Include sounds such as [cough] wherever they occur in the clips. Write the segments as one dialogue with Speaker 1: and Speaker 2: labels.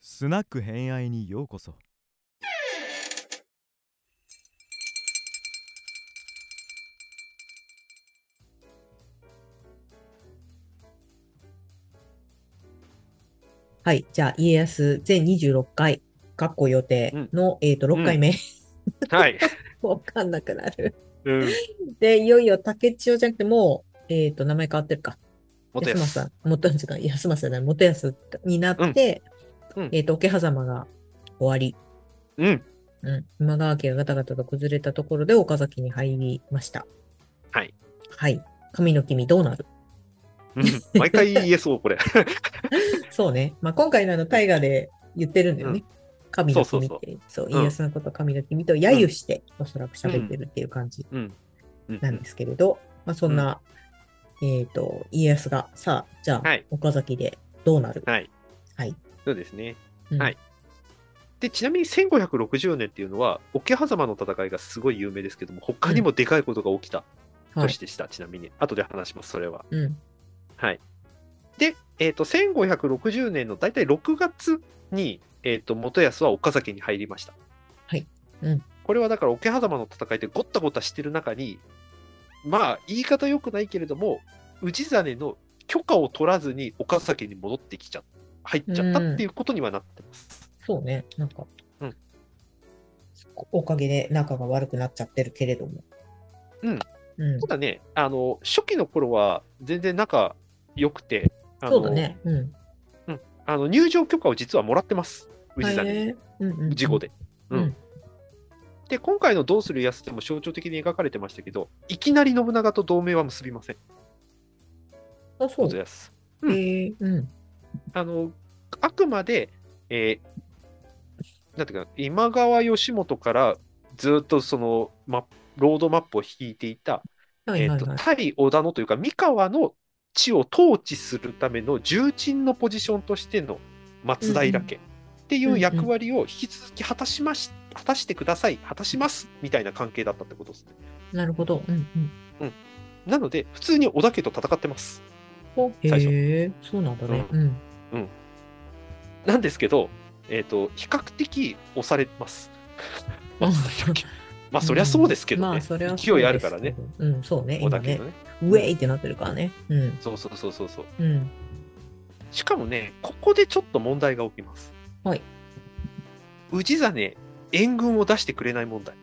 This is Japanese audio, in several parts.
Speaker 1: スナック偏愛にようこそ
Speaker 2: はい、じゃあ、家康全26回、かっこ予定の、えっと、6回目。
Speaker 3: はい。
Speaker 2: [laughs] わかんなくなる。
Speaker 3: うん。
Speaker 2: で、いよいよ竹千代じゃなくて、もう、えっと、名前変わってるか。
Speaker 3: 元
Speaker 2: 安
Speaker 3: 康。
Speaker 2: 政、元康が、安政じゃない、元康になって、
Speaker 3: うんうん
Speaker 2: えっと、桶狭間が終わり、
Speaker 3: うん。
Speaker 2: うん、今川家がガタガタと崩れたところで岡崎に入りました。
Speaker 3: はい。
Speaker 2: はい。神の君どうなる
Speaker 3: うん毎回言えそう、これ。
Speaker 2: そうね。まあ、今回のあの大河で言ってるんだよね。神の君って。そ
Speaker 3: そ
Speaker 2: うう
Speaker 3: そ
Speaker 2: 家康のこと神の君と揶揄して、おそらく喋ってるっていう感じ
Speaker 3: うん。うん
Speaker 2: なんですけれど、まあ、そんな、えっ、と、家康が、さあ、じゃあ、
Speaker 3: はい
Speaker 2: 岡崎でどうなる
Speaker 3: はい。
Speaker 2: はい。
Speaker 3: そうですね。
Speaker 2: うん
Speaker 3: はいで、ちなみに1560年っていうのは、桶狭間の戦いがすごい有名ですけども、他にもでかいことが起きた
Speaker 2: はい
Speaker 3: 年でした、ちなみに。後で話します、それは。
Speaker 2: うん。
Speaker 3: はい。で、えっ、と、1560年の大体6月に、えっ、と、元康は岡崎に入りました。
Speaker 2: はい。うん
Speaker 3: これはだから、桶狭間の戦いってごったごたしてる中に、まあ、言い方良くないけれども、氏真の許可を取らずに岡崎に戻ってきちゃった、入っちゃったっていうことにはなってます。
Speaker 2: そうね。なんか、
Speaker 3: うん
Speaker 2: おかげで仲が悪くなっちゃってるけれども。
Speaker 3: うん。
Speaker 2: うん
Speaker 3: た。だね、あの、初期の頃は全然仲良くて、あの
Speaker 2: そうだね。うん。
Speaker 3: あの入場許可を実はもらってます、氏真に。
Speaker 2: へえうんうんうん
Speaker 3: 事故で。うん
Speaker 2: うん
Speaker 3: で今回の「どうする家康」でも象徴的に描かれてましたけどいきなり信長と同盟は結びません
Speaker 2: あ、そう
Speaker 3: 元
Speaker 2: だよ。
Speaker 3: 康うん
Speaker 2: へえうん。
Speaker 3: あのあくまで、えーなんていうか今川義元からずっとそのマロードマップを引いていた、
Speaker 2: はいはい
Speaker 3: えー
Speaker 2: は
Speaker 3: と
Speaker 2: い。
Speaker 3: 対織田のというか三河の地を統治するための重鎮のポジションとしての松平家っていう役割を引き続き果たしまし果たしてください果たしますみたいな関係だったってことですね。
Speaker 2: なるほど。うんうん。
Speaker 3: なので、普通に織田家と戦ってます。
Speaker 2: お
Speaker 3: 最初
Speaker 2: へえ、そうなんだね。
Speaker 3: う
Speaker 2: うん。
Speaker 3: なんですけど、えっ、と、比較的押されます。 [laughs] まあ、そりゃまあ、 [laughs] そりゃそうですけど
Speaker 2: ま
Speaker 3: ね。
Speaker 2: あ、それはそう
Speaker 3: 勢いあるからね
Speaker 2: で。すけど。うん、そうね。
Speaker 3: 織
Speaker 2: 今
Speaker 3: 田家
Speaker 2: ね
Speaker 3: の。ね。
Speaker 2: ウェイってなってるからね。うん。
Speaker 3: そうそうそうそうそう。
Speaker 2: うん。
Speaker 3: しかもね、ここでちょっと問題が起きます。
Speaker 2: はい。
Speaker 3: 氏真、援軍を出してくれない問題。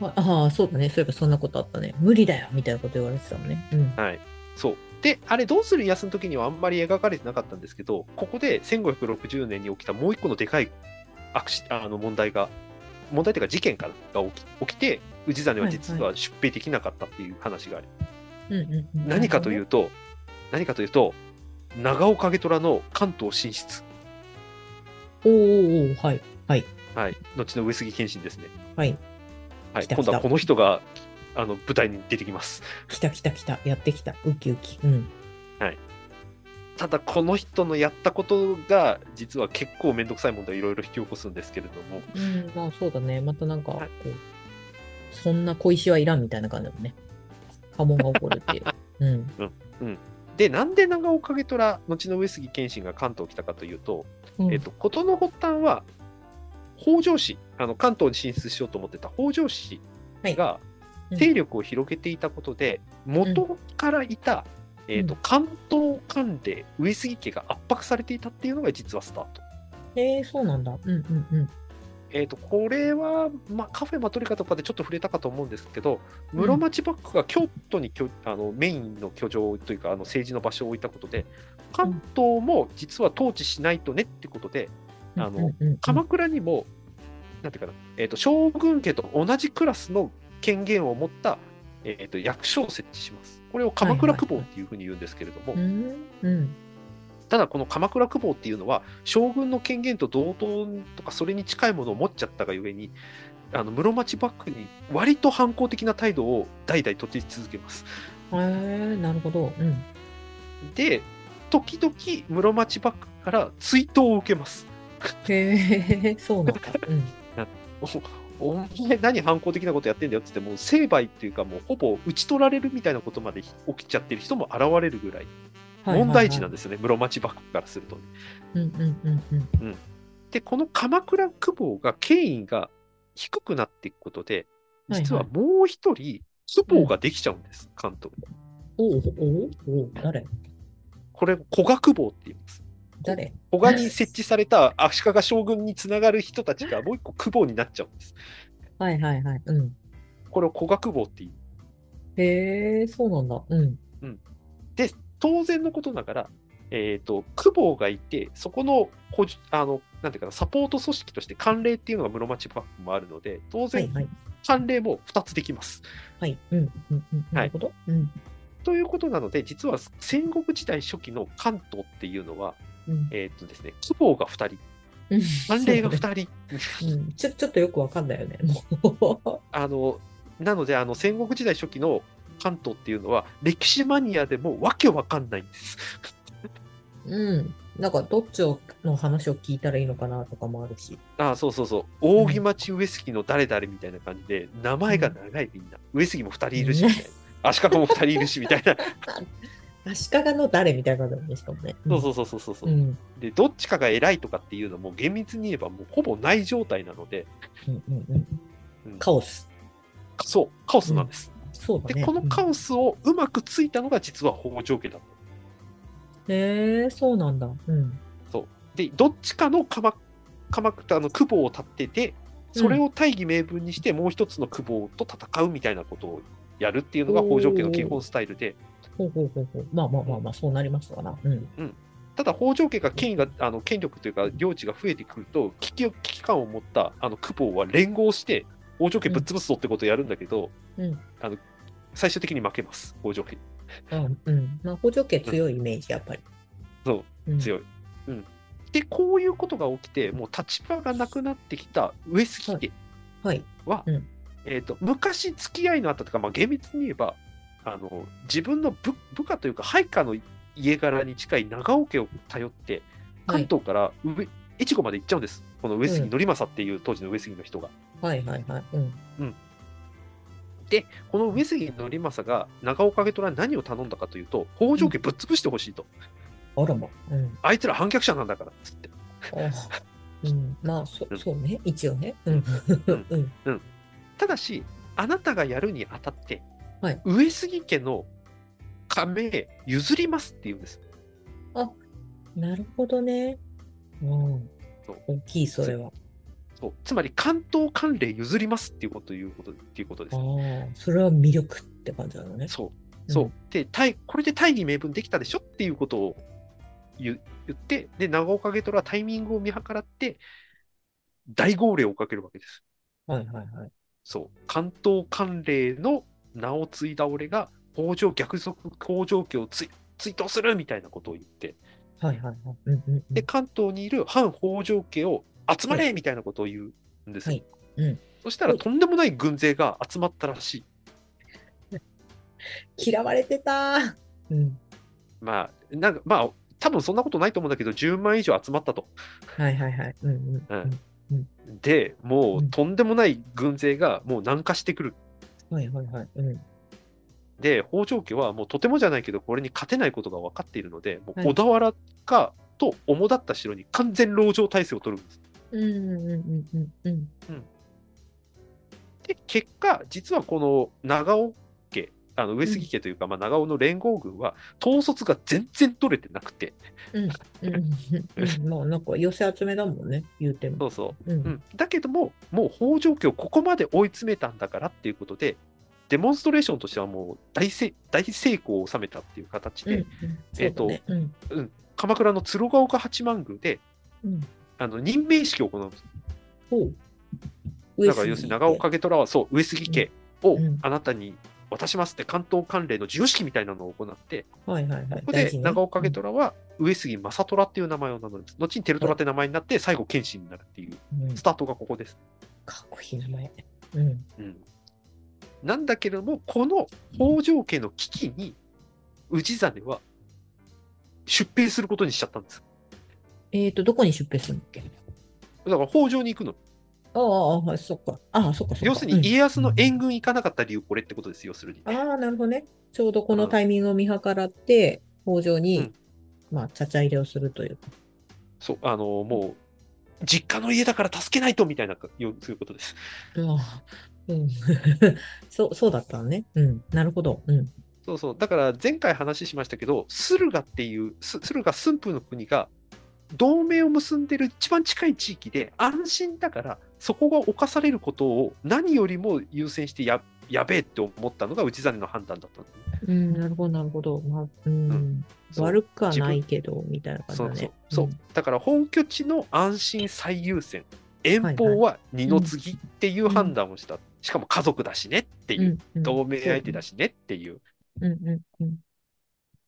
Speaker 2: ああー、そうだね。そういえばそんなことあったね。無理だよみたいなこと言われてたもんね。うん。
Speaker 3: はい。そう。で、あれ、どうする家康の時にはあんまり描かれてなかったんですけど、ここで1560年に起きたもう一個のでかいアクシあの問題が、問題というか事件かなが起き起きて、氏真は実は出兵できなかったっていう話がある。
Speaker 2: うんうんうん。
Speaker 3: 何かというと、何かというと、長尾景虎の関東進出、
Speaker 2: おーおーおーはい。
Speaker 3: はい、後の上杉謙信ですね。
Speaker 2: はい。
Speaker 3: はい、
Speaker 2: 来た
Speaker 3: 今度は
Speaker 2: 来た
Speaker 3: この人があの舞台に出てきます。
Speaker 2: 来た来た来た。やってきた。ウキウキ。うん。
Speaker 3: ただこの人のやったことが実は結構めんどくさい問題をいろいろ引き起こすんですけれども
Speaker 2: うん、まあそうだね。またなんか、こ、
Speaker 3: はいう
Speaker 2: そんな小石はいらんみたいな感じだもんね。波紋が起こるっ
Speaker 3: [laughs]
Speaker 2: ていう。うん。
Speaker 3: でなんで長尾景虎後の上杉謙信が関東来たかというと、
Speaker 2: うん
Speaker 3: えっと、事の発端は北条氏あの関東に進出しようと思ってた北条氏が
Speaker 2: うん
Speaker 3: 勢力を広げていたことで、元からいた、えっと
Speaker 2: う
Speaker 3: 関東関連上杉家が圧迫されていたっていうのが実はスタート。
Speaker 2: えー、そうなんだ。うんうんうん。
Speaker 3: えー、とこれは、まあ、カフェマトリカとかでちょっと触れたかと思うんですけど室町幕府が京都に居あのメインの居城というかあの政治の場所を置いたことで関東も実は統治しないとねってことであの
Speaker 2: うんうんうん、
Speaker 3: 鎌倉にも、なんていうかな、えー、と将軍家と同じクラスの権限を持った、えー、と役所を設置します。これを鎌倉
Speaker 2: はい
Speaker 3: 公
Speaker 2: はいはい
Speaker 3: 房っていうふうに言うんですけれども、
Speaker 2: うんうん
Speaker 3: ただこの鎌倉公房っていうのは将軍の権限と同等とかそれに近いものを持っちゃったがゆえにあの室町幕府に割と反抗的な態度を代々取り続けます。
Speaker 2: へえー、なるほど。うん。
Speaker 3: で時々室町幕府から追悼を受けます。
Speaker 2: へえ、そうなんだ。うん。
Speaker 3: おお前何反抗的なことやってんだよって言ってもう成敗っていうかもうほぼ打ち取られるみたいなことまで起きちゃってる人も現れるぐらい問題児なん
Speaker 2: で
Speaker 3: ですよね、室町幕府からするとね。
Speaker 2: す。うんうんうんうん。
Speaker 3: で、この鎌倉公方が権威が低くなっていくことで、実はもう一人、公方ができちゃうんです、関東に。
Speaker 2: おうおうおう誰
Speaker 3: これ、古賀公方って言います。
Speaker 2: 誰
Speaker 3: 古賀に設置された足利将軍につながる人たちがもう一個公方になっちゃうんです。
Speaker 2: はいはいはい。うん。
Speaker 3: これを古賀公方っていう。
Speaker 2: へえ、そうなんだ。うん。
Speaker 3: で、当然のことながら、えっ、と、公方がいて、そこの、こじあの、なんていうかな、サポート組織として慣例っていうのが室町幕府もあるので、当
Speaker 2: はい
Speaker 3: 然、
Speaker 2: はい。
Speaker 3: 慣例も2つできます。
Speaker 2: はい。うん。うん。うんなるほど。うん。
Speaker 3: ということなので、実は戦国時代初期の関東っていうのは、
Speaker 2: うん。
Speaker 3: えっ、とですね、規模が2人、
Speaker 2: うん
Speaker 3: 判例が2人。
Speaker 2: うんちょちょっとよくわかん [laughs] ないよね。も
Speaker 3: [laughs] あのなので、あの戦国時代初期の関東っていうのは、歴史マニアでもわけわかんないんです。
Speaker 2: う。うん。なんか、どっちの話を聞いたらいいのかなとかもあるし。
Speaker 3: あそうそうそう、扇町上杉の誰々みたいな感じで、名前が長いみんな。上杉も2人いるし、みたいな。足利も2人いるし、み
Speaker 2: [laughs]
Speaker 3: たいな。
Speaker 2: 足利の誰みたいな感じですかもんね。
Speaker 3: そうそうそうそうそうそう。
Speaker 2: ん。
Speaker 3: で、どっちかが偉いとかっていうのも、厳密に言えばもうほぼない状態なので、
Speaker 2: うんうんうん
Speaker 3: うん
Speaker 2: カオス。
Speaker 3: そう、カオスなんです。
Speaker 2: そうだ
Speaker 3: で、
Speaker 2: ね。
Speaker 3: このカ
Speaker 2: ス。
Speaker 3: オスをうまくついたのが実は北条家だと。
Speaker 2: へえ、そうなんだ。うん。
Speaker 3: で、どっちかの鎌鎌倉の久保を立ってて、それを大義名分にして、もう一つの久保と戦うみたいなことをやるっていうのが北条家の基本スタイルで、
Speaker 2: ほうほうほうほう。まあまあまあまあ、そうなりますわな。うん。
Speaker 3: ただ北条家が権威があの権力というか、領地が増えてくると、危機危機感を持ったあの久保は連合して、北条家ぶっ潰すぞってことをやるんだけど、
Speaker 2: うん
Speaker 3: あの最終的に負けます、北条家。
Speaker 2: うんうん。まあ、補助家強いイメージ、やっぱり。
Speaker 3: そう
Speaker 2: うん。
Speaker 3: 強
Speaker 2: い。
Speaker 3: い。うん、で、こういうことが起きて、もう立場がなくなってきた上杉家
Speaker 2: はい。
Speaker 3: は、
Speaker 2: うん
Speaker 3: えー、と昔付き合いのあったというか、まあ、厳密に言えばあの自分の部部下というか配下の家柄に近い長尾家を頼って関東から上、越後まで行っちゃうんですこの上杉
Speaker 2: うん
Speaker 3: 則政っていう当時の上杉の人が。
Speaker 2: はいはいはい。うん。
Speaker 3: でこの上杉則政が長尾景虎に何を頼んだかというと北条家ぶっ潰してほしいと、
Speaker 2: あらま。うん。
Speaker 3: あいつら反逆者なんだからっつって。
Speaker 2: あうん、まあそそうね一応ねうん
Speaker 3: うん
Speaker 2: [laughs] うん
Speaker 3: ただしあなたがやるにあたって、
Speaker 2: はい
Speaker 3: 上杉家の加盟譲りますって言うんです。
Speaker 2: なるほどねうん
Speaker 3: そう
Speaker 2: 大きいそれは
Speaker 3: そうつまり関東関連譲りますっていうこということっていうことで
Speaker 2: あ
Speaker 3: す。
Speaker 2: あそれは魅力って感じなのね
Speaker 3: そうそう、で大これで大義名分できたでしょっていうことを言う言ってで長岡景虎はタイミングを見計らって大号令をかけるわけです。
Speaker 2: うんはいはいはい
Speaker 3: そう関東関連の名を継いだ俺が北条逆賊北条家を追追悼するみたいなことを言って
Speaker 2: はいはいはいうんうんうん
Speaker 3: で関東にいる反北条家を集まれみたいなことを言うんですよ、
Speaker 2: はいうん
Speaker 3: そしたらとんでもない軍勢が集まったらしい。
Speaker 2: 嫌われてたーうん
Speaker 3: まあ、なんか、まあ、多分そんなことないと思うんだけど、10万以上集まったと。
Speaker 2: はいはいはいうんうん
Speaker 3: う
Speaker 2: うんん
Speaker 3: で、
Speaker 2: う
Speaker 3: もうんとんでもない軍勢がもう南下してくる。
Speaker 2: はいはいはいうん
Speaker 3: で、北条家はもうとてもじゃないけど、これに勝てないことが分かっているので、もう
Speaker 2: はい
Speaker 3: 小田原かと主だった城に完全籠城体制を取るんです。
Speaker 2: うんうんうんうんうん
Speaker 3: で、結果、実はこの長尾家、あの上杉家というか、まあ、長尾の連合軍は統率が全然取れてなくて、
Speaker 2: うんうんまあなんか寄せ集めだもんね言うて
Speaker 3: そ
Speaker 2: も
Speaker 3: うそう、
Speaker 2: う
Speaker 3: うんん、だけども、もう北条家をここまで追い詰めたんだからっていうことで、デモンストレーションとしてはもう大成大成功を収めたっていう形
Speaker 2: うんう
Speaker 3: で、
Speaker 2: ん
Speaker 3: えーと
Speaker 2: そうだねうん
Speaker 3: 鎌倉の鶴岡八幡宮で
Speaker 2: うん
Speaker 3: あの任命式を行うんです。
Speaker 2: ほう
Speaker 3: だから要するに長岡景虎はそう上杉家を
Speaker 2: うん
Speaker 3: あなたに渡しますって関東関連の授与式みたいなのを行って、
Speaker 2: はいはいはい。
Speaker 3: ここで
Speaker 2: 大事ね
Speaker 3: 長岡景虎は上杉正虎っていう名前を名乗るんです。後に照虎って名前になって、最後謙信になるっていう、
Speaker 2: うんうん
Speaker 3: スタートがここです。
Speaker 2: かっこいい名前。うん。
Speaker 3: うん、なんだけれども、この北条家の危機に氏真は出兵することにしちゃったんです。
Speaker 2: えっ、と、どこに出兵するんだっけ
Speaker 3: だから北条に行くの。
Speaker 2: ああ、ああはい、そっか。ああ、そっか、そっか。
Speaker 3: 要するに
Speaker 2: うん
Speaker 3: 家康の援軍行かなかった理由、これってことです、要するに。
Speaker 2: ああ、なるほどね。ちょうどこのタイミングを見計らって、北条に、
Speaker 3: うん
Speaker 2: まあ、ちゃちゃ入れをするというか。
Speaker 3: そうあのもう実家の家だから助けないとみたいな、よそういうことです。
Speaker 2: うん [laughs] うん、 [laughs] そうそうだったのね。うん、なるほど。うん。
Speaker 3: そうそう。だから前回話しましたけど、駿河っていう、す駿河駿府の国が、同盟を結んでる一番近い地域で安心だから、そこが侵されることを何よりも優先してややべえって思ったのが氏真の判断だったんだよね。
Speaker 2: うん、なるほど、なるほど。まあ、うん、
Speaker 3: うんそう
Speaker 2: 悪くはないけど、みたいな感じ
Speaker 3: そ
Speaker 2: だ
Speaker 3: う
Speaker 2: ね。
Speaker 3: そうそう、
Speaker 2: ん
Speaker 3: だから本拠地の安心最優先遠方は二の次っていう判断をした、しかも家族だしねっていう、
Speaker 2: うん
Speaker 3: 同盟相手だしねっていう
Speaker 2: うんうんうん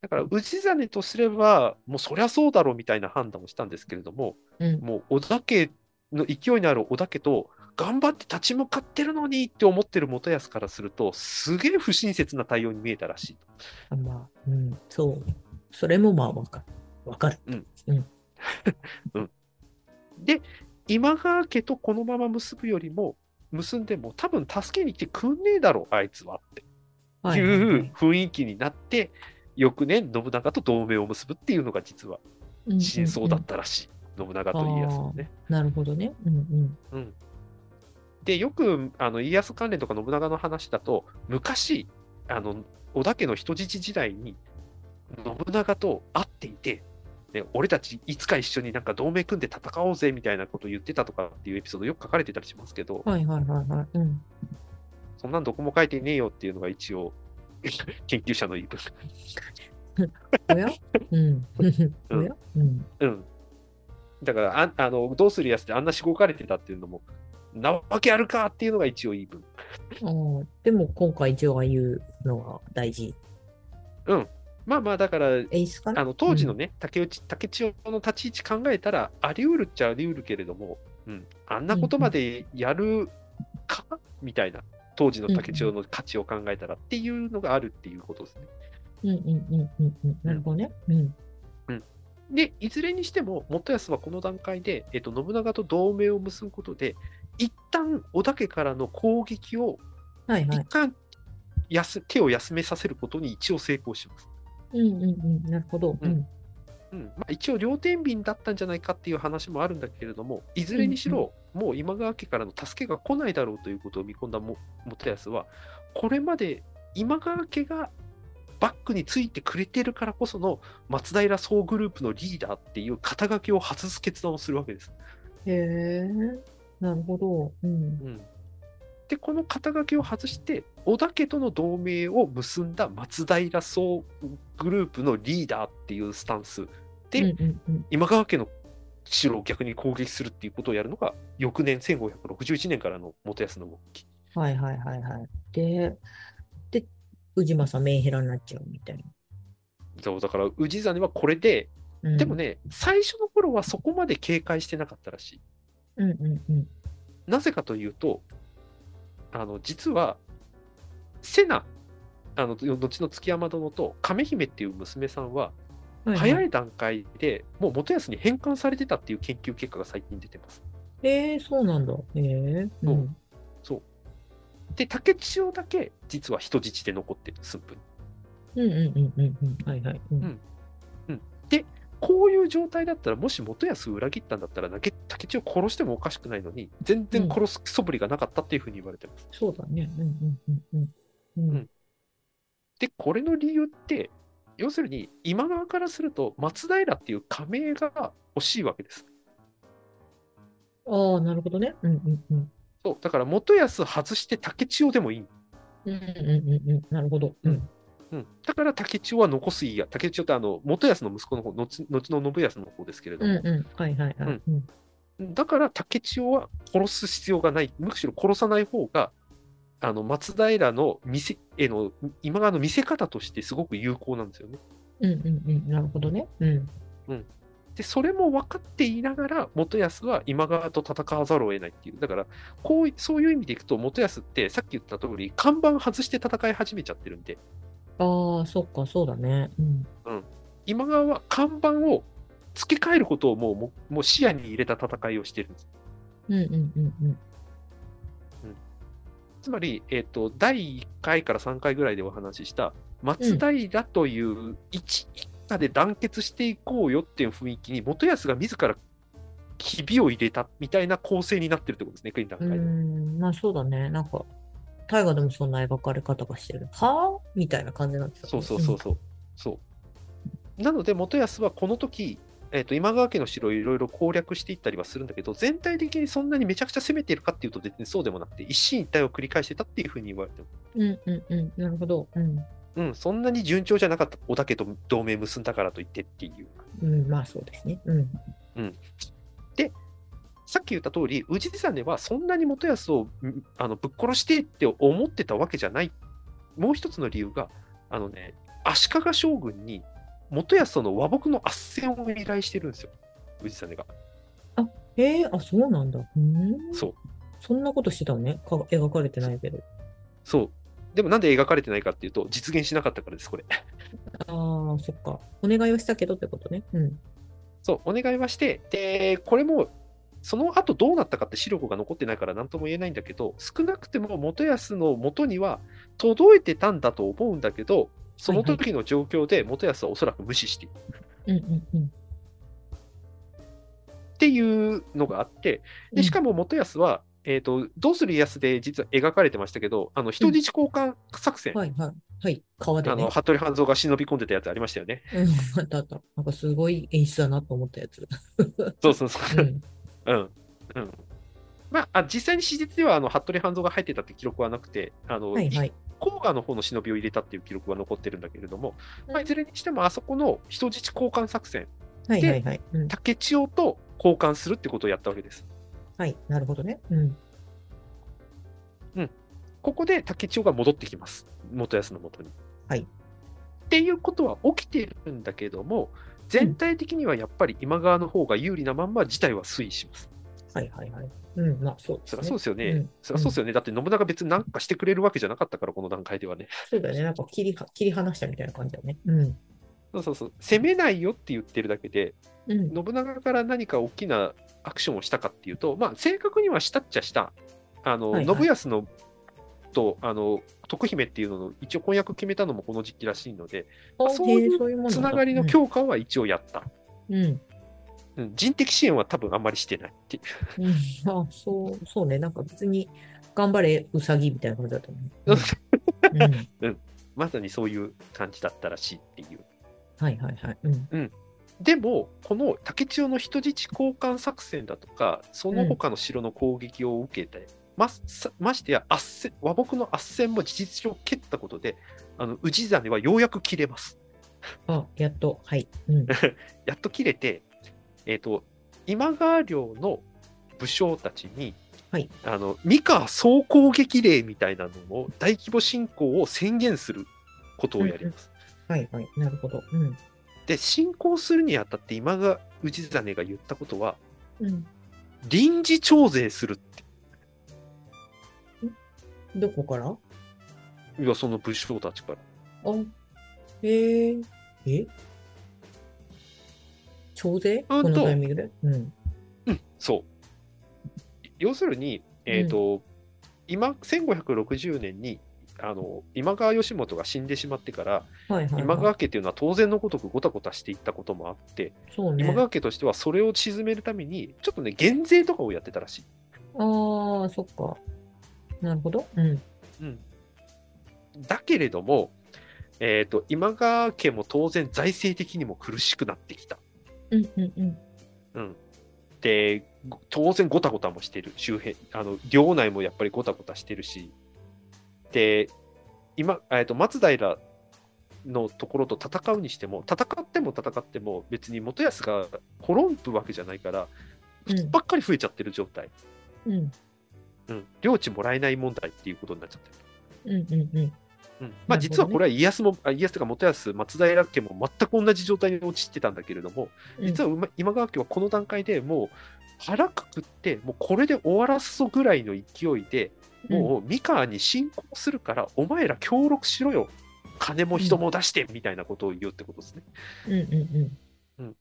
Speaker 3: だから氏真とすればもうそりゃそうだろうみたいな判断をしたんですけれども
Speaker 2: うん
Speaker 3: もう織田家の勢いのある織田家と頑張って立ち向かってるのにって思ってる元康からするとすげえ不親切な対応に見えたらしい。
Speaker 2: あまあ、うん、そう。それもまあ、わかる。わかる。
Speaker 3: で、今川家とこのまま結ぶよりも、結んでも多分助けに来てくんねえだろ、あいつはって
Speaker 2: はいいはいうは、
Speaker 3: 雰囲気になって、翌年信長と同盟を結ぶっていうのが実はい真相だ
Speaker 2: うんう
Speaker 3: っ
Speaker 2: ん
Speaker 3: たらしい。信長と家康のね。
Speaker 2: うんなるほどね。うんうん。
Speaker 3: で、よくあの家康関連とか信長の話だと、昔、あの織田家の人質時代に信長と会っていて、ね、俺たちいつか一緒になんか同盟組んで戦おうぜみたいなことを言ってたとかっていうエピソードよく書かれてたりしますけど、
Speaker 2: はいはいはいはい。うん。
Speaker 3: そんなんどこも書いてねえよっていうのが一応 [laughs] 研究者の言い分。
Speaker 2: おやうん。 [laughs] おやうん。
Speaker 3: うん。だからああの、どうするやつってあんなしごかれてたっていうのも、なわけあるかっていうのが一応言い分。
Speaker 2: あーでも今回、ジョーが言うのが大事。
Speaker 3: まあまあ、だから、
Speaker 2: 演出かな
Speaker 3: あの当時のね、竹内、竹千代の立ち位置考えたら、あり得るっちゃあり得るけれども、うん、あんなことまでやるか、みたいな、当時の竹千代の価値を考えたらっていうのがあるっていうことですね。
Speaker 2: うんうんうんうんうん。なるほどね。うん。
Speaker 3: で、いずれにしても、元康はこの段階で、えっと、信長と同盟を結ぶことで、一旦織田家からの攻撃を
Speaker 2: はいは
Speaker 3: 一
Speaker 2: い。
Speaker 3: 旦やす、手を休めさせることに一応成功します。
Speaker 2: うんうんうん。なるほど。うん。
Speaker 3: うんまあ、一応、両天秤だったんじゃないかっていう話もあるんだけれども、いずれにしろ、もう今川家からの助けが来ないだろうということを見込んだも元康は、これまで今川家がバックについてくれてるからこその松平総グループのリーダーっていう肩書きを外す決断をするわけです。
Speaker 2: へえ。なるほど。うん。
Speaker 3: うん、でこの肩書きを外して織田家との同盟を結んだ松平総グループのリーダーっていうスタンスで
Speaker 2: うんうんうん、
Speaker 3: 今川家の城を逆に攻撃するっていうことをやるのが翌年1561年からの元康の動き
Speaker 2: はいはいはいはい。で、で、宇治正メンヘラになっちゃうみたい
Speaker 3: そうだから氏真はこれで、
Speaker 2: な。うん、
Speaker 3: でもね最初の頃はそこまで警戒してなかったらしい
Speaker 2: うんうんうん。
Speaker 3: なぜかというと、あの実は、セナ、あの後の築山殿と亀姫っていう娘さんは、
Speaker 2: はいはい
Speaker 3: 早い段階でもう元康に返還されてたっていう研究結果が最近出てます。
Speaker 2: えー、そうなんだ。えー、
Speaker 3: そう
Speaker 2: うん。
Speaker 3: で、竹千代だけ、実は人質で残ってる、駿府に。
Speaker 2: うんうんうんうんうん。はいはい。うん
Speaker 3: うんこういう状態だったら、もし元康を裏切ったんだったら、竹竹千代殺してもおかしくないのに、全然殺す素振りがなかったっていうふうに言われてます。
Speaker 2: そうだね。うんうんうんうん。うん
Speaker 3: で、これの理由って、要するに今側からすると、松平っていう仮名が欲しいわけです。
Speaker 2: ああ、なるほどね。うんうんうん。
Speaker 3: そうだから元康外して竹千代でもいい。
Speaker 2: うんうんうんうん。なるほど。うん。
Speaker 3: うん、だから竹千代は残すいいや、竹千代ってあの元康の息子の方後、後の信康の方ですけれど
Speaker 2: うん
Speaker 3: も、
Speaker 2: うん。はいはいはい。うん。
Speaker 3: だから竹千代は殺す必要がない、むしろ殺さない方が、あの松平の見せへの今川の見せ方としてすごく有効なんですよね。
Speaker 2: うんうんうん。なるほどね。うん。
Speaker 3: で、それも分かっていながら、元康は今川と戦わざるを得ないっていう、だからこうい、そういう意味でいくと、元康ってさっき言った通り、看板外して戦い始めちゃってるんで、
Speaker 2: ああ、そっか、そうだね。うん。
Speaker 3: 今川は看板を付け替えることをもうももう視野に入れた戦いをしてるんです。
Speaker 2: うんうんうんうん。
Speaker 3: つまり、えっと第1回から3回ぐらいでお話しした松平という一一家で団結していこうよっていう雰囲気に元康が自らひびを入れたみたいな構成になってるってことですね、現段
Speaker 2: う
Speaker 3: 階で。
Speaker 2: ん、まあそうだね。なんか、大河でもそんな描かれ方がしてる。はぁみたいな感じなんですよね。
Speaker 3: そうそうそうそう。そうなので、元康はこの時、えー、と今川家の城をいろいろ攻略していったりはするんだけど、全体的にそんなにめちゃくちゃ攻めているかっていうと、別にそうでもなくて、一進一退を繰り返してたっていうふうに言われても、
Speaker 2: うん。うんうんうん。なるほど。うん。
Speaker 3: うん、そんなに順調じゃなかった、織田家と同盟結んだからといってっていう。
Speaker 2: うん、まあそうですね。うん。
Speaker 3: さっき言った通り、氏真はそんなに元康をうんあのぶっ殺してって思ってたわけじゃない。もう一つの理由が、あのね、足利将軍に元康の和睦の斡旋を依頼してるんですよ、氏真が。
Speaker 2: へえあ、そうなんだ。うん。
Speaker 3: そう。
Speaker 2: そんなことしてたのね。か描かれてないけど。
Speaker 3: そう。でもなんで描かれてないかっていうと、実現しなかったからです、これ。
Speaker 2: ああ、そっか。お願いをしたけどってことね。うん。
Speaker 3: そう、お願いはして、で、これも、その後どうなったかって資料が残ってないから何とも言えないんだけど、少なくても元康の元には届いてたんだと思うんだけど、その時の状況で元康はおそらく無視してい
Speaker 2: う
Speaker 3: る
Speaker 2: んうんうん。
Speaker 3: っていうのがあって、でしかも元康は、えーと、どうする家康で実は描かれてましたけど、あの人質交換作戦、
Speaker 2: も、はいはい。はい。川で
Speaker 3: あ
Speaker 2: ね
Speaker 3: の。服部半蔵が忍び込んでたやつありましたよね。
Speaker 2: うん、あったあった。なんかすごい演出だなと思ったやつ。
Speaker 3: そうそうそうう。
Speaker 2: ん。
Speaker 3: うん。うん。まあ、あ実際に史実ではあの服部半蔵が入ってたって記録はなくて、あの、
Speaker 2: はいはい。
Speaker 3: 甲賀の方の忍びを入れたっていう記録は残ってるんだけれども、ま
Speaker 2: う
Speaker 3: あ、
Speaker 2: ん
Speaker 3: いずれにしてもあそこの人質交換作戦、
Speaker 2: はいはいはい。うん、
Speaker 3: 竹千代と交換するってことをやったわけです。
Speaker 2: はい。なるほどね。うん。
Speaker 3: ここで竹千代が戻ってきます、元康のもとに。
Speaker 2: はい
Speaker 3: っていうことは起きてるんだけども、全体的にはやっぱり今川の方が有利なまんま事態は推移します。
Speaker 2: はいはいはい。うん。まあそうですね。
Speaker 3: そりゃそうですよね。
Speaker 2: うん
Speaker 3: そりゃそうですよね。だって信長別に何かしてくれるわけじゃなかったから、この段階ではね。
Speaker 2: そうだよね。なんか切りは切り離したみたいな感じだよね。うん。
Speaker 3: そうそうそう。攻めないよって言ってるだけで、
Speaker 2: うん。
Speaker 3: 信長から何か大きなアクションをしたかっていうと、まあ、正確にはしたっちゃした、あの
Speaker 2: はいはい
Speaker 3: 信康のとあの徳姫っていうのの一応婚約決めたのもこの時期らしいので、
Speaker 2: あ
Speaker 3: そういう
Speaker 2: へえそういうもんな
Speaker 3: つ
Speaker 2: んだ
Speaker 3: ながりの強化は一応やった、
Speaker 2: うん。うん
Speaker 3: うん人的支援は多分あんまりしてないっていう、
Speaker 2: うん、あそう、そうね。なんか別に、頑張れ、うさぎみたいな感じだったもんね。うん。うん
Speaker 3: まさにそういう感じだったらしいっていう。
Speaker 2: はいはいはい。うん。
Speaker 3: でも、この竹千代の人質交換作戦だとか、その他の城の攻撃を受けて、まさましてや圧旋和睦の斡旋も事実上蹴ったことで、あの氏真はようやく切れます。
Speaker 2: あ、やっと。はい。うん。
Speaker 3: やっと切れて、えー、と今川領の武将たちに、
Speaker 2: はい
Speaker 3: あの三河総攻撃令みたいなのを大規模侵攻を宣言することをやります。
Speaker 2: はいはい。なるほど。うん。
Speaker 3: で侵攻するにあたって今川氏真が言ったことは
Speaker 2: うん。
Speaker 3: 臨時徴税するって
Speaker 2: どこからあ、
Speaker 3: いやその武将たちから。
Speaker 2: えええ徴税
Speaker 3: うん
Speaker 2: ことのタイミングでうん。
Speaker 3: うん、そう。要するに、えーと今1560年にあの今川義元が死んでしまってから
Speaker 2: はいはい、はい。
Speaker 3: 今川家っていうのは当然のごとくごたごたしていったこともあって、
Speaker 2: そうね。
Speaker 3: 今川家としてはそれを沈めるために、ちょっとね、減税とかをやってたらしい。
Speaker 2: ああ、そっか。なるほど。うん。
Speaker 3: うん、だけれども、えーと、今川家も当然財政的にも苦しくなってきた。
Speaker 2: うんうんうん。
Speaker 3: うん、で、ご当然ごたごたもしてる、周辺、あの領内もやっぱりごたごたしてるし、で、今、えーと松平のところと戦うにしても、戦っても戦っても、別に元康が滅ぶわけじゃないから、
Speaker 2: うん
Speaker 3: ばっかり増えちゃってる状態、
Speaker 2: うん
Speaker 3: うん、領地もらえない問題っていうことになっちゃってる。
Speaker 2: うんうんうん。
Speaker 3: うんま
Speaker 2: なるほど
Speaker 3: あ、
Speaker 2: ね
Speaker 3: 実はこれは家康も、あ家康とか元康、松平家も全く同じ状態に陥ってたんだけれども、実
Speaker 2: は、
Speaker 3: はうま今川家はこの段階でもう腹くくって、もうこれで終わらすぞぐらいの勢いで、もう三河に侵攻するから、お前ら協力しろよ、金も人も出してみたいなことを言うってことですね。
Speaker 2: うんうんうん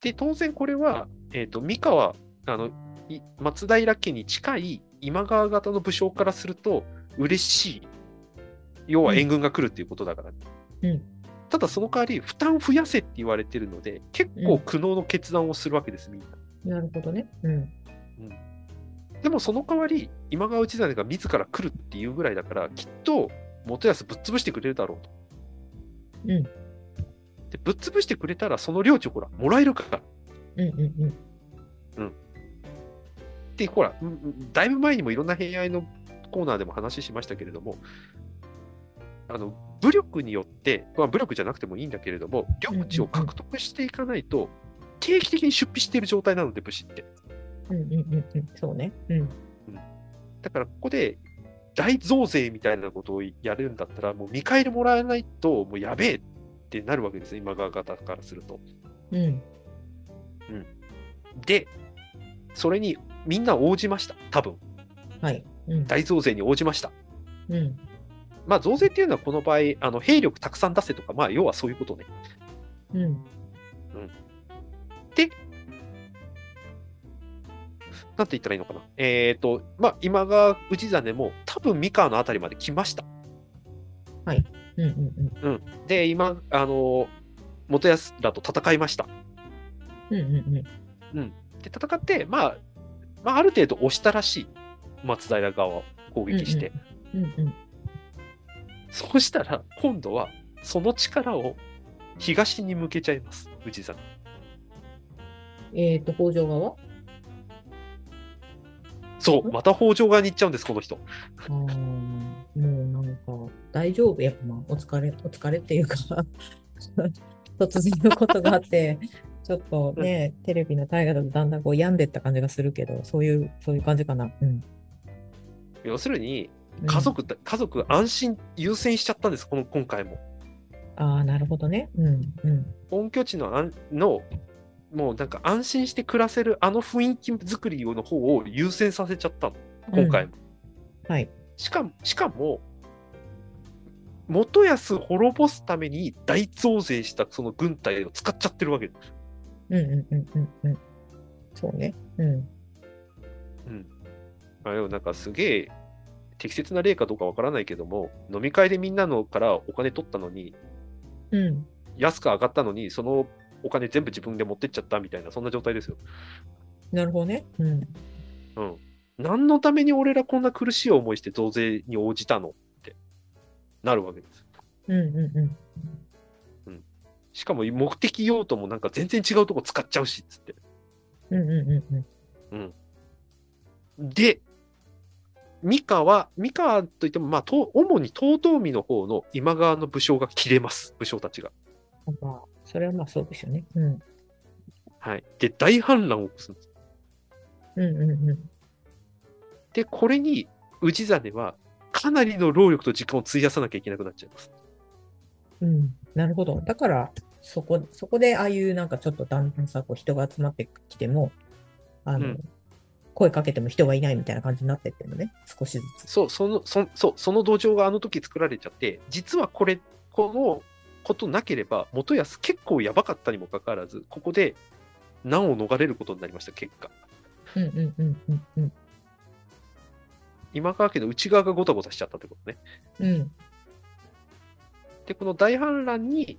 Speaker 3: で、当然これは、えー、と三河あの、い松平家に近い今川方の武将からすると、嬉しい、要は援軍が来るっていうことだから、
Speaker 2: うん
Speaker 3: ただその代わり、負担増やせって言われてるので、結構苦悩の決断をするわけです、みんな。
Speaker 2: なるほどね。うん。
Speaker 3: でもその代わり、今川氏真が自ら来るっていうぐらいだから、きっと元康ぶっ潰してくれるだろうと。
Speaker 2: うん
Speaker 3: で、ぶっ潰してくれたら、その領地をほら、もらえるから。
Speaker 2: うんうんうん。
Speaker 3: で、ほら、うんうんだいぶ前にもいろんな偏愛のコーナーでも話しましたけれども、あの武力によって、まあ、武力じゃなくてもいいんだけれども、領地を獲得していかないと、定期的に出費している状態なので、武士って。
Speaker 2: うんうんうんうん。そうね。うん。
Speaker 3: だからここで大増税みたいなことをやるんだったら、もう見返りもらえないと、もうやべえってなるわけです、今川方からすると。
Speaker 2: うん。
Speaker 3: で、それにみんな応じました、多分
Speaker 2: はい。うん。
Speaker 3: 大増税に応じました。
Speaker 2: うん。
Speaker 3: まあ、増税っていうのはこの場合、あの兵力たくさん出せとか、まあ、要はそういうことね。
Speaker 2: うん。
Speaker 3: なんて言ったらいいのかな。えっ、と、まあ、今川氏真も多分三河のあたりまで来ました。
Speaker 2: うんうん
Speaker 3: うん。で、今、あの、元康らと戦いました。
Speaker 2: うん。うんうんうん。
Speaker 3: で戦って、まあ、まあ、ある程度押したらしい、松平側を攻撃して、
Speaker 2: うんうん。
Speaker 3: そうしたら、今度はその力を東に向けちゃいます、氏真。
Speaker 2: えっ、と、北条側
Speaker 3: そう、また北条側に行っちゃうんです、この人。
Speaker 2: ああ、もうなんか、大丈夫やっぱなお疲れ、お疲れっていうか、 [laughs] 突然のことがあって、 [laughs] ちょっとね、テレビの大河だとだんだんこう病んでった感じがするけど、そういう、そういう感じかな。うん。
Speaker 3: 要するに、
Speaker 2: うん
Speaker 3: 家。族だ、家族安心優先しちゃったんです、この今回も。
Speaker 2: ああ、なるほどね。うん、うん。
Speaker 3: 本拠地の安の、もうなんか安心して暮らせるあの雰囲気作りの方を優先させちゃったの、今回も。
Speaker 2: はい。
Speaker 3: しかも、しかも、元康滅ぼすために大増税したその軍隊を使っちゃってるわけです。
Speaker 2: うんうんうんうんうん。そうね。うん。
Speaker 3: うん。あれをなんかすげえ適切な例かどうかわからないけども、飲み会でみんなのからお金取ったのに、
Speaker 2: うん。
Speaker 3: 安く上がったのに、そのお金全部自分で持ってっちゃったみたいな、そんな状態ですよ。
Speaker 2: なるほどね。うん。
Speaker 3: うん。何のために俺らこんな苦しい思いして増税に応じたのってなるわけです。
Speaker 2: うんうんうん。
Speaker 3: しかも目的用途もなんか全然違うとこ使っちゃうし、つって。
Speaker 2: うんうんうんうん。
Speaker 3: で、三河、三河といっても、まあ、と主に遠江の方の今川の武将が切れます、武将たちが。
Speaker 2: まあ、それはまあそうですよね。うん。
Speaker 3: はい。で、大反乱を起こすんです。
Speaker 2: うんうんうん。
Speaker 3: で、これに、氏真は、かなりの労力と時間を費やさなきゃいけなくなっちゃいます。
Speaker 2: うん、なるほど。だから、そこ、そこでああいうなんかちょっとだんだんさ、こう人が集まってきても、あの、
Speaker 3: うん
Speaker 2: 声かけても人がいないみたいな感じになってってるのね、少しずつ。
Speaker 3: そう、その、そそうその土壌があの時作られちゃって、実はこれ、このことなければ、元康結構やばかったにもかかわらず、ここで難を逃れることになりました、結果。
Speaker 2: うんうんうんうんうん。
Speaker 3: 今川家の内側がごたごたしちゃったってことね。
Speaker 2: うん
Speaker 3: で、この大反乱に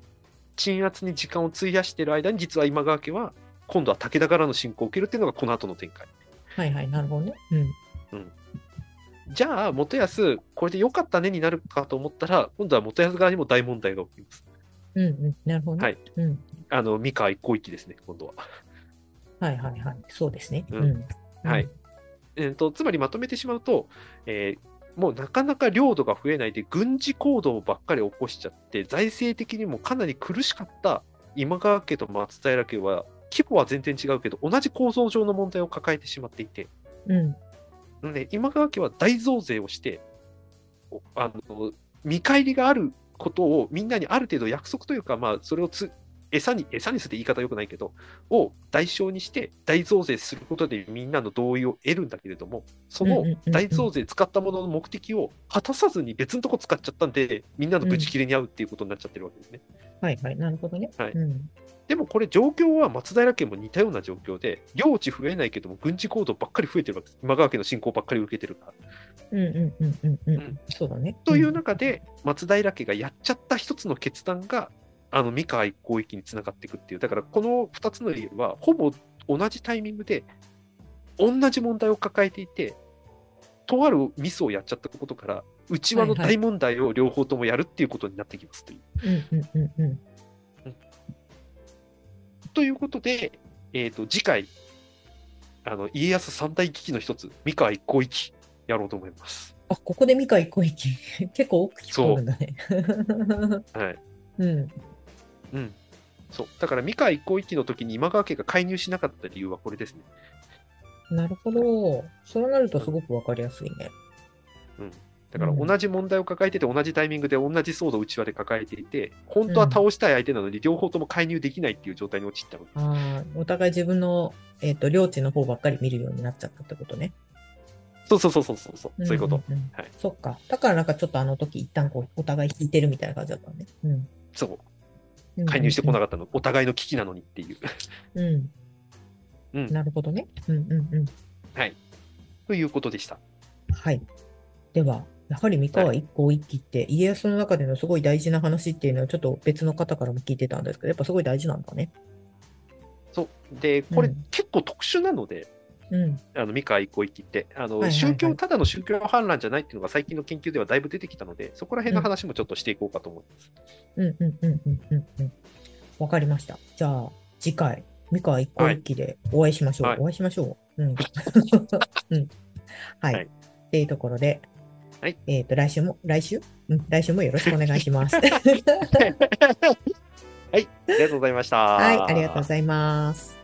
Speaker 3: 鎮圧に時間を費やしている間に、実は今川家は、今度は武田からの侵攻を受けるっていうのがこの後の展開。
Speaker 2: はいはい、なるほどね。うん。
Speaker 3: じゃあ、元康、これで良かったねになるかと思ったら、今度は元康側にも大問題が起きます。
Speaker 2: うんうん、なるほどね。
Speaker 3: はい
Speaker 2: うん。
Speaker 3: あの、三河一向一揆ですね、今度は。
Speaker 2: はいはいはい、そうですね。
Speaker 3: うん
Speaker 2: うん。
Speaker 3: はい。えー、とつまりまとめてしまうと、えーもうなかなか領土が増えないで、軍事行動ばっかり起こしちゃって、財政的にもかなり苦しかった今川家と松平家は、規模は全然違うけど、同じ構造上の問題を抱えてしまっていて、
Speaker 2: うん。
Speaker 3: なので今川家は大増税をして、おあの見返りがあることをみんなにある程度約束というか、まあ、それをつ餌に餌にするって言い方よくないけど、を代償にして大増税することでみんなの同意を得るんだけれども、その
Speaker 2: うんうんうんうん
Speaker 3: 大増税使ったものの目的を果たさずに別のとこ使っちゃったんで、みんなのブチ切れに合うっていうことになっちゃってるわけですね。
Speaker 2: はいはい、なるほどね。
Speaker 3: はい
Speaker 2: うん。
Speaker 3: でもこれ、状況は松平家も似たような状況で、領地増えないけども、軍事行動ばっかり増えてるわけです。今川家の侵攻ばっかり受けてるから。
Speaker 2: うんうんうんうんう
Speaker 3: うんん。
Speaker 2: そうだね。
Speaker 3: という
Speaker 2: の
Speaker 3: 中で、松平家がやっちゃった一つの決断が、あの三河一向一揆につながっていくっていう、だからこの2つの理由は、ほぼ同じタイミングで、同じ問題を抱えていて、とあるミスをやっちゃったことから、内輪の
Speaker 2: はいはい
Speaker 3: 大問題を両方ともやるっていうことになってきますという。
Speaker 2: うんうんうんうん。
Speaker 3: ということで、えー、と次回あの、家康三大危機の一つ、三河一向一揆やろうと思います。
Speaker 2: あ、ここでミカ一個一揆 [laughs] 結構大きくなるんだね。
Speaker 3: はい
Speaker 2: うん。
Speaker 3: うん、そうだから三河一向一揆の時に今川家が介入しなかった理由はこれですね。
Speaker 2: なるほど。そうなるとすごくわかりやすいね。
Speaker 3: うんだから
Speaker 2: うん
Speaker 3: 同じ問題を抱えてて、同じタイミングで同じ騒動を内輪で抱えていて、本当は倒したい相手なのに、両方とも介入できないっていう状態に陥ったのです。
Speaker 2: ああ、お互い自分の、えっ、と、領地の方ばっかり見るようになっちゃったってことね。
Speaker 3: そうそうそうそうそうそう、そういうこと。
Speaker 2: んんん
Speaker 3: はい
Speaker 2: そっか。だからなんかちょっとあの時一旦こう、お互い引いてるみたいな感じだったのね。
Speaker 3: そう
Speaker 2: うん。
Speaker 3: 介入してこな
Speaker 2: かっ
Speaker 3: かったの、お互いの危機なのにって [laughs] いう。
Speaker 2: た。うん。
Speaker 3: うん
Speaker 2: なるほどね。うんうんうん。
Speaker 3: ということでした。
Speaker 2: はい。では、やはり三河一向一揆って、家康の中でのすごい大事な話っていうのは、ちょっと別の方からも聞いてたんですけど、やっぱすごい大事なんだね。
Speaker 3: そうで、これ、
Speaker 2: うん
Speaker 3: 結構特殊なので、
Speaker 2: うん。
Speaker 3: あの三河一向一揆ってあの、
Speaker 2: はいはい
Speaker 3: 宗
Speaker 2: は
Speaker 3: 教
Speaker 2: い
Speaker 3: ただの宗教反乱じゃないっていうのが最近の研究ではだいぶ出てきたのでそこら辺の話もちょっとしていこうかと思
Speaker 2: [laughs]
Speaker 3: います、
Speaker 2: うんうんうんうんうんうん。わかりました。じゃあ、次回、三河一向一揆でお会いしましょう。
Speaker 3: はい
Speaker 2: お会いしましょ
Speaker 3: [laughs]
Speaker 2: う。うん。うん、はい。
Speaker 3: はい
Speaker 2: っていうところで、
Speaker 3: はい
Speaker 2: えっ、と、来週も、来週うん、来週もよろしくお願いし
Speaker 3: [laughs]
Speaker 2: ます。
Speaker 3: はいありがとうございました
Speaker 2: はい、ありがとうございます。